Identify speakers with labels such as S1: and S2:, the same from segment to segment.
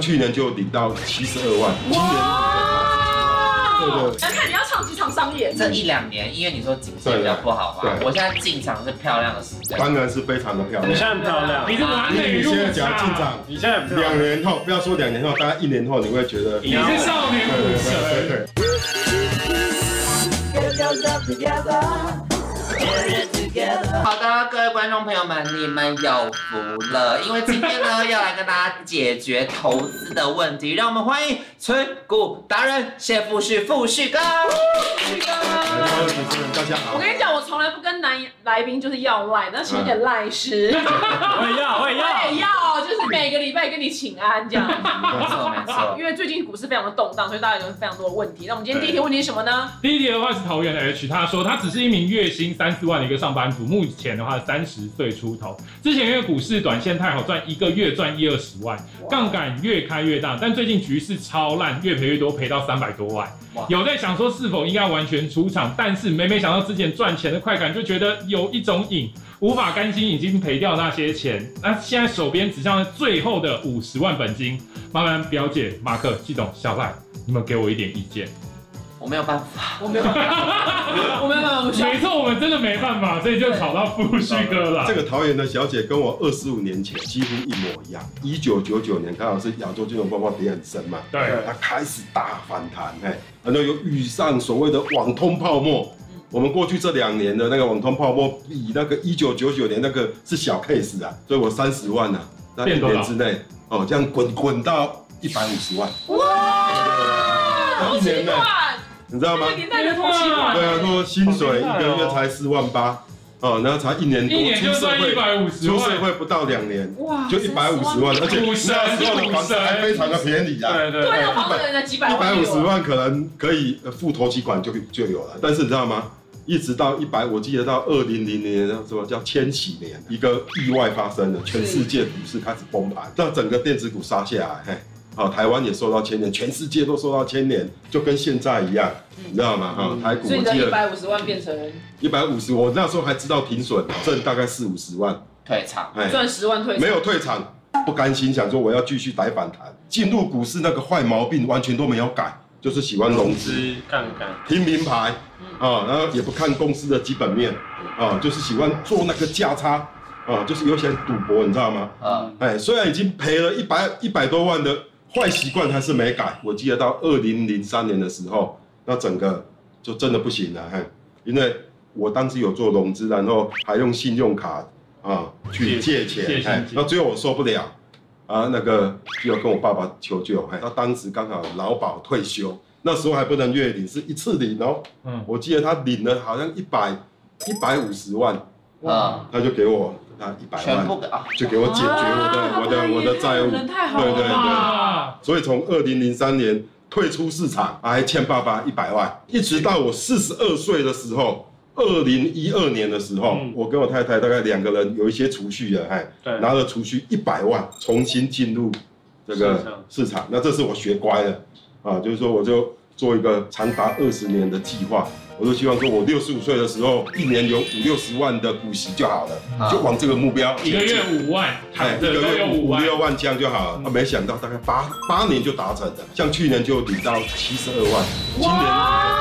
S1: 去年就领到七十二万，今年对对。
S2: 难看你要唱几场商演？
S3: 哎这一两年，因为你说景气比较不好嘛
S1: 对，对
S3: 我现在进场是漂亮的时间。
S1: 当然是非常的漂
S4: 你
S1: 亮
S4: 现。在很漂亮，
S5: 你是完美
S1: 你
S5: 入
S1: 现在讲进
S5: 场，
S1: 场，
S4: 你现在很漂亮
S1: 两。年后不要说两年后，大概一年后你会觉得，
S5: 你是少年
S1: 对
S5: 股
S1: 对对
S5: 神。
S1: 对
S3: 好的，各位观众朋友们，你们有福了，因为今天呢要来跟大家解决投资的问题，让我们欢迎存股达人谢富士富士哥。富
S1: 对，
S3: 士
S1: 来，各
S3: 哥
S1: 位主持人大家
S2: 我
S1: 好。
S2: 跟你讲，我从来不跟男来宾就是要赖，那请点赖师。
S4: 我也要，我也
S2: 我也
S4: 要。
S2: 要，就是每个礼拜跟你请安这样。
S3: 没错没错，
S2: 因为最近股市非常的动荡，所以大家有非常多的问题。那我们今天第一个问题是什么呢？
S5: 第一题的话是桃园 H，他说他只是一名月薪三四万的一个上班族，目前的话三十岁出头。之前因为股市短线太好赚，一个月赚一二十万，杠杆越开越大，但最近局势超烂，越赔越多，赔到三百多万
S3: 哇。
S5: 有在想说是否应该完全出场，但是每每想到之前赚钱的快感，就觉得有一种瘾，无法甘心已经赔掉那些钱。那现在手边只剩下最后的五十万本金，麻烦表姐、马克、季董、小赖，你们给我一点意见。
S3: 我没有办法，
S2: 我没有办法，我没有办法， 我需要
S5: 没错，我们真的没办法，所以就炒到富旭哥了。
S1: 这个桃园的小姐跟我二十五年前几乎一模一样。一九九九年刚好是亚洲金融风暴跌很深嘛，
S5: 对，
S1: 它开始大反弹，嘿，然后又遇上所谓的网通泡沫。我们过去这两年的那个网通泡沫，比那个一九九九年那个是小 case 啊，所以我三十万啊，那一
S5: 变多了
S1: 年之内哦，这样滚滚到一百五十万，
S2: 投期款，
S1: 你知道
S2: 那
S1: 吗
S2: 个？年代的投期款，
S1: 对啊，说薪水一个月才四万八，哦，然后才一年多
S5: 一年就
S1: 出社
S5: 赚一
S1: 会，
S5: 百五十
S1: 出社
S5: 万。
S1: 会不到两年，
S2: 哇
S1: 就一百五十万，而且
S5: 股
S1: 那
S5: 神
S1: 时候的房子还非常的便宜啊。
S4: 对对
S2: 对，那房子人家几百
S1: 一百
S2: 万，啊
S1: 五十，万可能可以呃付头期款就就有了，但是你知道吗？一直到一百，我记得到二零零零年，什么叫千禧年？一个意外发生了，全世界股市开始崩盘，让整个电子股杀下来。嘿，好、台湾也受到牵连，全世界都受到牵连，就跟现在一样，你知道吗？哈、台股
S2: 嗯所以
S1: 我
S2: 你的
S1: 记
S2: 一
S1: 得
S2: 百五十万变成
S1: 一百五十，我那时候还知道停损，挣大概四五十万，
S3: 退场。
S1: 哎，
S2: 赚十万退，
S1: 没有退场，不甘心，想说我要继续逮反弹，进入股市那个坏毛病完全都没有改，就是喜欢融
S4: 融
S1: 资。
S4: 资杠杆，
S1: 听名牌啊、然后也不看公司的基本面啊、就是喜欢做那个价差啊、就是有点赌博，你知道吗？
S3: 呃，
S1: 哎，虽然已经赔了一百一百多万的坏习惯还是没改。我记得到二零零三年的时候，那整个就真的不行了，嘿，因为我当时有做融资，然后还用信用卡啊去借
S5: 借
S1: 钱，
S5: 信
S1: 哎，
S5: 借
S1: 那最后我受不了。啊，那个就跟我爸爸求救，嘿，他当时刚好劳保退休，那时候还不能月领，是一次领哦。
S5: 嗯，
S1: 我记得他领了好像一百一百五十万，
S3: 呃，
S1: 他就给我啊一百万，
S3: 全部给啊，
S1: 就给我解决我的、我的我的债务。
S2: 啊人太好
S1: 对对对，
S5: 哇，
S1: 所以从二零零三年退出市场，还欠爸爸一百万，一直到我四十二岁的时候。二零一二年的时候，
S4: 嗯
S1: 我跟我太太大概两个人有一些储蓄的，哎，
S4: 对，
S1: 拿了储蓄一百万，重新进入这
S4: 市
S1: 个
S4: 场
S1: 市场。那这次我学乖了啊，就是说我就做一个长达二十年的计划，我就希望说我六十五岁的时候，一年有五六十万的股息就好了，
S3: 啊
S1: 就往这个目标
S5: 一个月五万，
S1: 哎，
S5: 躺
S1: 一
S5: 着
S1: 个
S5: 都
S1: 月
S5: 有
S1: 五
S5: 五
S1: 五
S5: 万。
S1: 六万这样就好了。啊没想到大概八八年就达成了，像去年就领到七十二万，今
S2: 哇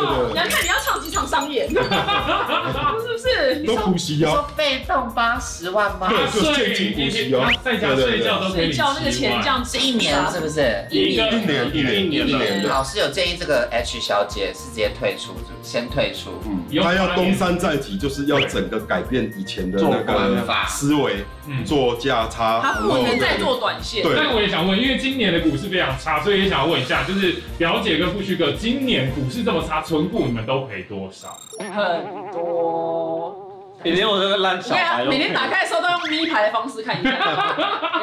S1: 对对
S2: 难看你要唱几场商演，是不是？
S1: 年都股息
S3: 你
S1: 哦，
S3: 说被动八十万 吗？
S1: 对
S5: 他睡他在家睡觉都可
S2: 睡
S5: 以领
S2: 觉那个
S5: 七
S2: 钱
S5: 万
S2: 这。样
S3: 是
S2: 子
S3: 一年是不是？嗯
S5: 一个
S1: 一年一年
S4: 一
S1: 一年
S4: 年
S1: 的，
S3: 老师有建议这个 H 小姐是直接退出，是不是先退出。
S1: 嗯
S5: 有，
S1: 他要东山再起，就是要整个改变以前的那
S4: 做
S3: 官
S1: 个
S3: 法
S1: 思维，
S5: 嗯，
S1: 做价差，
S2: 他不能再做短线。
S1: 对
S5: 但我也想问，因为今年的股市非常差，所以也想要问一下，就是表姐跟富旭哥，今年股市这么差，存股你们都赔多少？
S2: 很多。
S4: 以前我这个烂
S2: 你
S4: 小孩
S2: 看，
S4: 都可以，
S2: 啊每天打开的时候都用咪牌的方式看一下。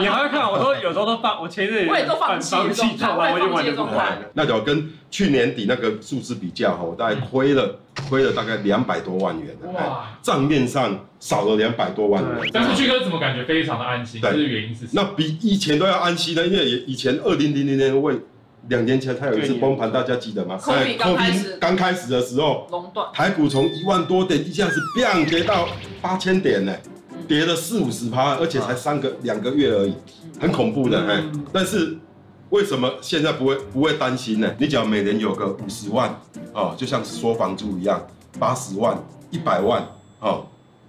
S4: 你还会看，我都有时候都放，我前一阵
S2: 我也都放弃
S4: 放
S2: 这
S4: 弃
S2: 种
S4: 状态，我
S2: 我
S4: 已
S2: 也放弃
S4: 经完全
S2: 这
S4: 不
S2: 种
S4: 玩了。
S1: 那就跟去年底那个数字比较哈，我大概亏了亏了大概两百多万元，哎
S5: 哇！
S1: 账面上少了两百多万元。
S5: 但富旭哥怎么感觉非常的安心？
S1: 对
S5: 这是原因是什么？
S1: 那比以前都要安息的，因为以前二零零零年为两年前它有一次崩盘，大家记得吗
S2: COVID 刚开始
S1: COVID 刚开始的时候，
S2: 垄断，
S1: 台股从一万多点一下子 b 跌到八千点呢、
S2: 嗯
S1: 跌了四五十趴，而且才三个两个月而已，很恐怖
S2: 嗯
S1: 的哎、但是为什么现在不会不会担心呢？你只要每人有个五十万哦，就像说房租一样，八十万、一百万哦，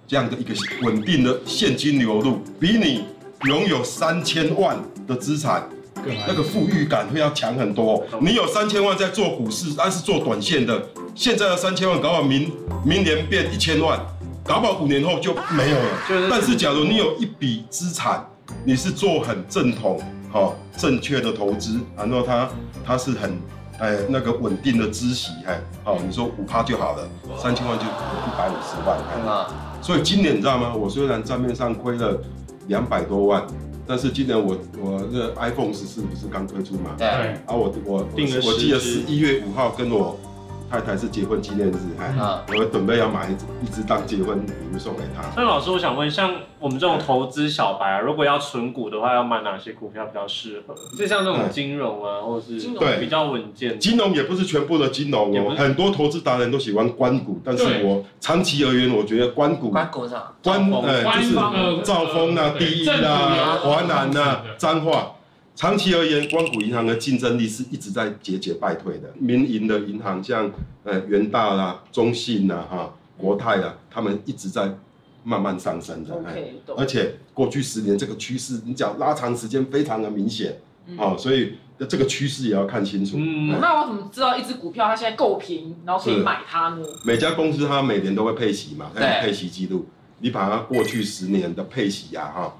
S1: 这样的一个稳定的现金流入，比你拥有三千万的资产
S5: 更安
S1: 那个富裕感会要强很多。你有三千万在做股市，但是做短线的，现在的三千万搞不好明明年变一千万，搞不好五年后就没有了。
S4: 就是
S1: 但是假如你有一笔资产，你是做很正统、哦正确的投资，然后它它是很。哎，那个稳定的孳息，哎，哦，你说五趴就好了，三千万就一百五十万，哎
S2: 嗯
S3: 啊，
S1: 所以今年你知道吗？我虽然账面上亏了两百多万，但是今年我我这 iPhone 十四不是刚推出嘛？
S3: 对，
S1: 啊，我我
S4: 定了
S1: 我我记得
S4: 十
S1: 十
S4: 只
S1: 一月五号跟我太太是结婚纪念日，哎，
S4: 嗯
S5: 呃
S3: 啊，
S1: 我准备要买一只一只当结婚礼物送给她。
S4: 那老师，我想问，像我们这种投资小白啊，如果要存股的话，要买哪些股票比较适合？就像这种金融啊，或者是
S2: 金融
S1: 对
S4: 比较稳健的。
S1: 金融也不是全部的金融
S4: 也不
S1: 哦
S4: 是，
S1: 很多投资达人都喜欢关股，但是
S5: 对
S1: 我长期而言，我觉得关股
S3: 关股上，
S1: 关
S4: 风
S1: 呃就是
S5: 呃
S1: 兆丰啊、
S5: 对
S1: 第一
S5: 政府
S1: 啊、
S5: 也
S1: 华南啊
S5: 对、
S1: 彰化。长期而言，光谷银行的竞争力是一直在节节败退的。民营的银行像呃元大啦、中信啦、哈、国泰啊，他们一直在慢慢上升的。哎
S2: OK，懂
S1: 而。且过去十年这个趋势，你讲拉长时间非常的明显
S2: 嗯
S1: 啊、哦，所以这个趋势也要看清楚。
S4: 嗯
S1: 哎
S2: 那我怎么知道一只股票它现在够便宜，然后可以
S1: 是
S2: 买它呢？
S1: 每家公司它每年都会配息嘛，
S3: 对
S1: 它有配息记录，你把它过去十年的配息呀、哈，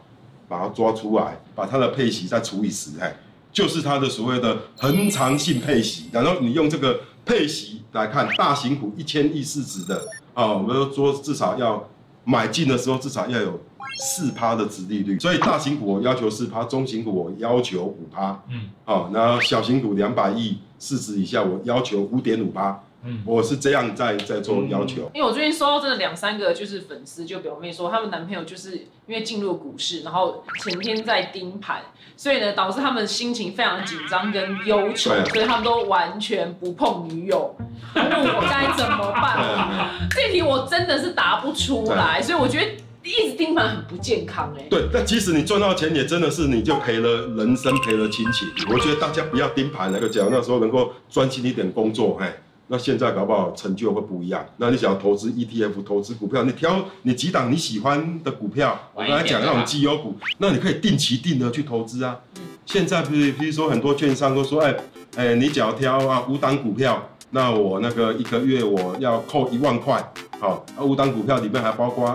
S1: 把它抓出来，把它的配息再除以十，哎，就是它的所谓的恒常性配息。然后你用这个配息来看大型股一千亿市值的啊、我们说至少要买进的时候至少要有四趴的殖利率，所以大型股我要求四趴，中型股我要求五趴，
S5: 嗯，
S1: 好、然后小型股两百亿市值以下我要求五点五趴。
S5: 嗯，
S1: 我是这样在在做
S3: 嗯
S1: 要求，
S2: 因为我最近收到真的两三个就是粉丝就表妹说，她们男朋友就是因为进入股市，然后前天在盯盘，所以呢导致他们心情非常紧张跟忧愁
S1: 对，啊
S2: 所以他们都完全不碰女友。问我该怎么办？
S1: 对啊
S2: 这题我真的是答不出来，所以我觉得一直盯盘很不健康哎、
S1: 对，但即使你赚到钱，也真的是你就赔了人生，赔了亲情。我觉得大家不要盯盘了，就讲那时候能够专心一点工作，哎，那现在搞不好成就会不一样。那你想要投资 ETF，投资股票，你挑你几档你喜欢的股票，我
S3: 晚
S1: 刚
S3: 一
S1: 才讲
S3: 点
S1: 那
S3: 对
S1: 种
S3: 吧
S1: 绩优股，那你可以定期定额去投资啊。现在不是，比如说很多券商都说，哎，哎，你只要挑啊五档股票，那我那个一个月我要扣一万块，好、哦，啊五档股票里面还包括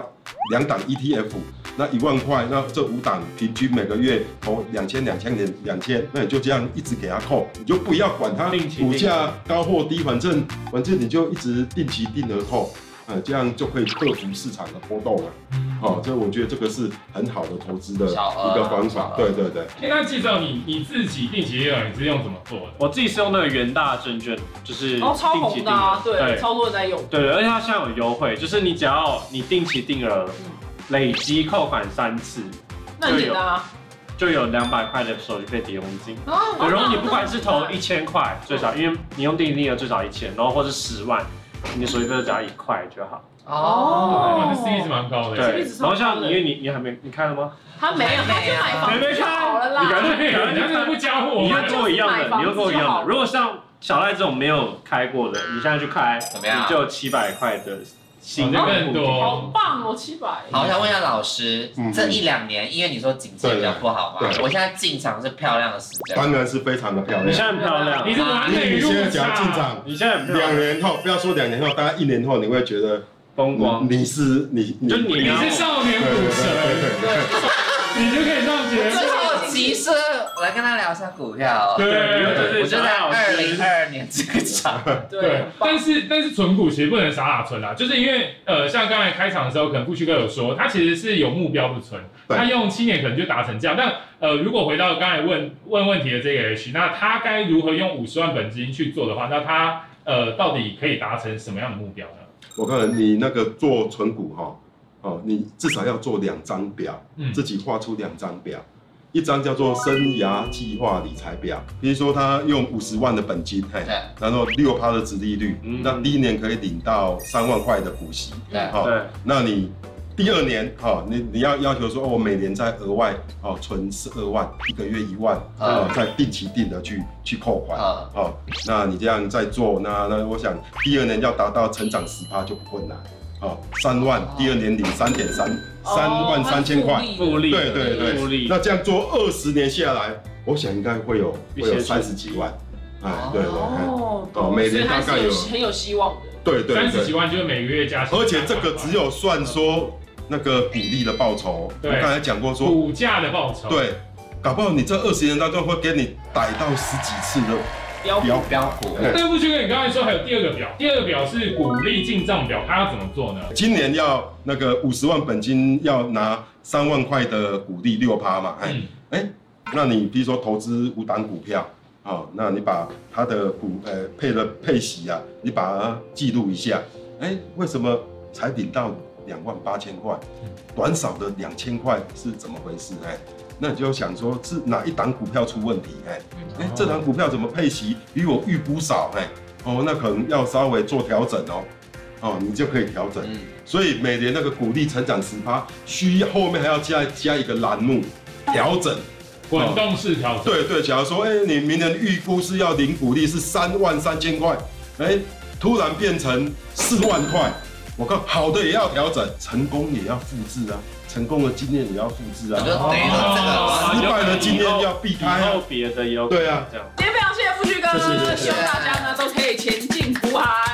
S1: 两档 ETF，那一万块，那这五档平均每个月投两千、两千、两两千，那你就这样一直给它扣，你就不要管它
S4: 定期
S1: 股价高或低，反正反正你就一直定期定额扣，呃，这样就可以克服市场的波动了。
S5: 哦
S1: 好、这我觉得这个是很好的投资的
S3: 小额啊
S1: 一个方法
S3: 小。额
S1: 对对对。
S5: 哎那介绍你你自己定期定额，你是用怎么做的？
S4: 我自己是用那个元大证券，就是
S2: 然后超
S4: 定期
S2: 红
S4: 定
S2: 的啊
S4: 额，
S2: 对，超多人在用。
S4: 对对，而且它现在有优惠，就是你只要你定期定额，
S2: 嗯
S4: 累积扣款三次，
S2: 那很简单啊，
S4: 就有两百块的手续费抵佣金。
S2: 啊
S4: 对，然后你不管是投一千块最少，因为你用定期定额最少一千，然后或是十万，你的手续费就只要一块就好。
S3: 哦，
S5: 你的 CP 值蛮高的。
S4: 对
S2: 是，
S4: 然后像你，因为你你还没你看了吗？
S2: 他没有，他去买房子就好了
S4: 你赶
S2: 啦。
S4: 快
S5: 对，
S1: 啊
S5: 你真的不加货
S4: 你
S5: 吗
S4: 又？跟我一样
S2: 就是买
S4: 的，
S2: 房
S4: 你
S2: 子
S4: 又跟我一
S2: 就
S4: 样
S2: 好
S4: 的。
S2: 了
S4: 如果像小赖这种没有开过的，你现在去开，
S3: 怎么样
S4: 你就有七百块的新的
S5: 哦那更多
S2: 好棒哦，七百。
S3: 好，我想问一下老师
S1: 嗯，
S3: 这一两年因为你说景气比较不好嘛
S1: 对，对
S3: 我现在进场是漂亮的时间，
S1: 当然是非常的漂
S4: 你
S1: 亮。
S4: 现在很漂亮，
S5: 你是完美
S1: 你
S5: 入
S1: 现在讲进
S5: 场，
S1: 场，
S4: 你现在很漂
S1: 两
S4: 亮，
S1: 年后不要说两年后，大概一年后你会觉得
S4: 风光。
S1: 你是你你
S4: 就你
S5: 你
S4: 啊
S5: 是少年股神，你就可以上节目。
S3: 最好急是我来跟他聊一下股票。
S5: 对
S3: 我就在二零二二年这个场，
S2: 对，很棒
S5: 但是但是存股其实不能傻傻存啦、就是因为呃，像刚才开场的时候，可能布旭哥有说，他其实是有目标的存，
S1: 对
S5: 他用七年可能就达成这样。但呃，如果回到刚才问问问题的这个 H，那他该如何用五十万本金去做的话，那他呃到底可以达成什么样的目标呢？
S1: 我告诉你，你那个做存股哈，哦，你至少要做两张表，
S5: 嗯
S1: 自己画出两张表，一张叫做生涯计划理财表，比如说他用五十万的本金，嘿
S3: 对，
S1: 然后六趴的殖利率
S4: 嗯，
S1: 那第一年可以领到三万块的股息，
S3: 对
S1: 哦，
S4: 对，
S1: 那你第二年，好、你你要要求说，哦我每年再额外哦存十二万，一个月一万，
S3: 嗯
S1: 啊、再定期定的去去扣款，
S3: 嗯
S1: 啊、哦，那你这样再做，那那我想第二年要达到成长十趴就不困难，哦，三万，第二年领三点三
S2: 哦
S1: 三万
S2: 啊
S1: 三千块，
S4: 复利
S1: 对对对，
S4: 复利
S1: 那这样做二十年下来，我想应该会有
S4: 一
S1: 会
S4: 些
S1: 有三十几万，哎，对对对
S2: 哦，
S1: 哦每
S2: 所以
S1: 年
S2: 还
S1: 大概
S2: 是有
S1: 有
S2: 很有希望的。
S1: 对对
S5: 三
S1: 对
S5: 十几万就是每个月加薪，
S1: 而且这个只有算说那个股利的报酬，我
S5: 对
S1: 刚才讲过说，
S5: 股价的报酬，，
S1: 对，搞不好你这二十年当中会给你逮到十几次的
S2: 标
S1: 标，
S3: 哦标股
S1: 对
S5: 但不觉得你刚才说还有第二个表，第二个表是股利进账表，它要怎么做呢？
S1: 今年要那个五十万本金要拿三万块的股利六趴嘛，哎
S5: 嗯，
S1: 哎，那你比如说投资五档股票。哦，那你把它的股呃配了配息啊，你把它记录一下。哎，为什么才领到两万八千块，短少的两千块是怎么回事？哎，那你就想说是哪一档股票出问题？哎，哎，这档股票怎么配息比我预估少？哎，哦，那可能要稍微做调整哦。哦，你就可以调整。
S3: 嗯
S1: 所以每年那个股利成长十趴，需要后面还要加加一个栏目调整。
S5: 滚动式调整，
S1: 对对，假如说，哎、你明年预估是要领股利是三万三千块，哎、突然变成四万块，我靠，好的也要调整，成功也要复制啊，成功的经验也要复制
S3: 我觉得
S1: 啊。
S3: 等于说这个
S1: 失败的经验要避开啊
S4: 以后别的也有
S1: 对啊
S4: 这样。
S2: 今天非常谢谢富旭哥，
S1: 谢谢谢谢
S2: 希望大家呢都可以前进不哈。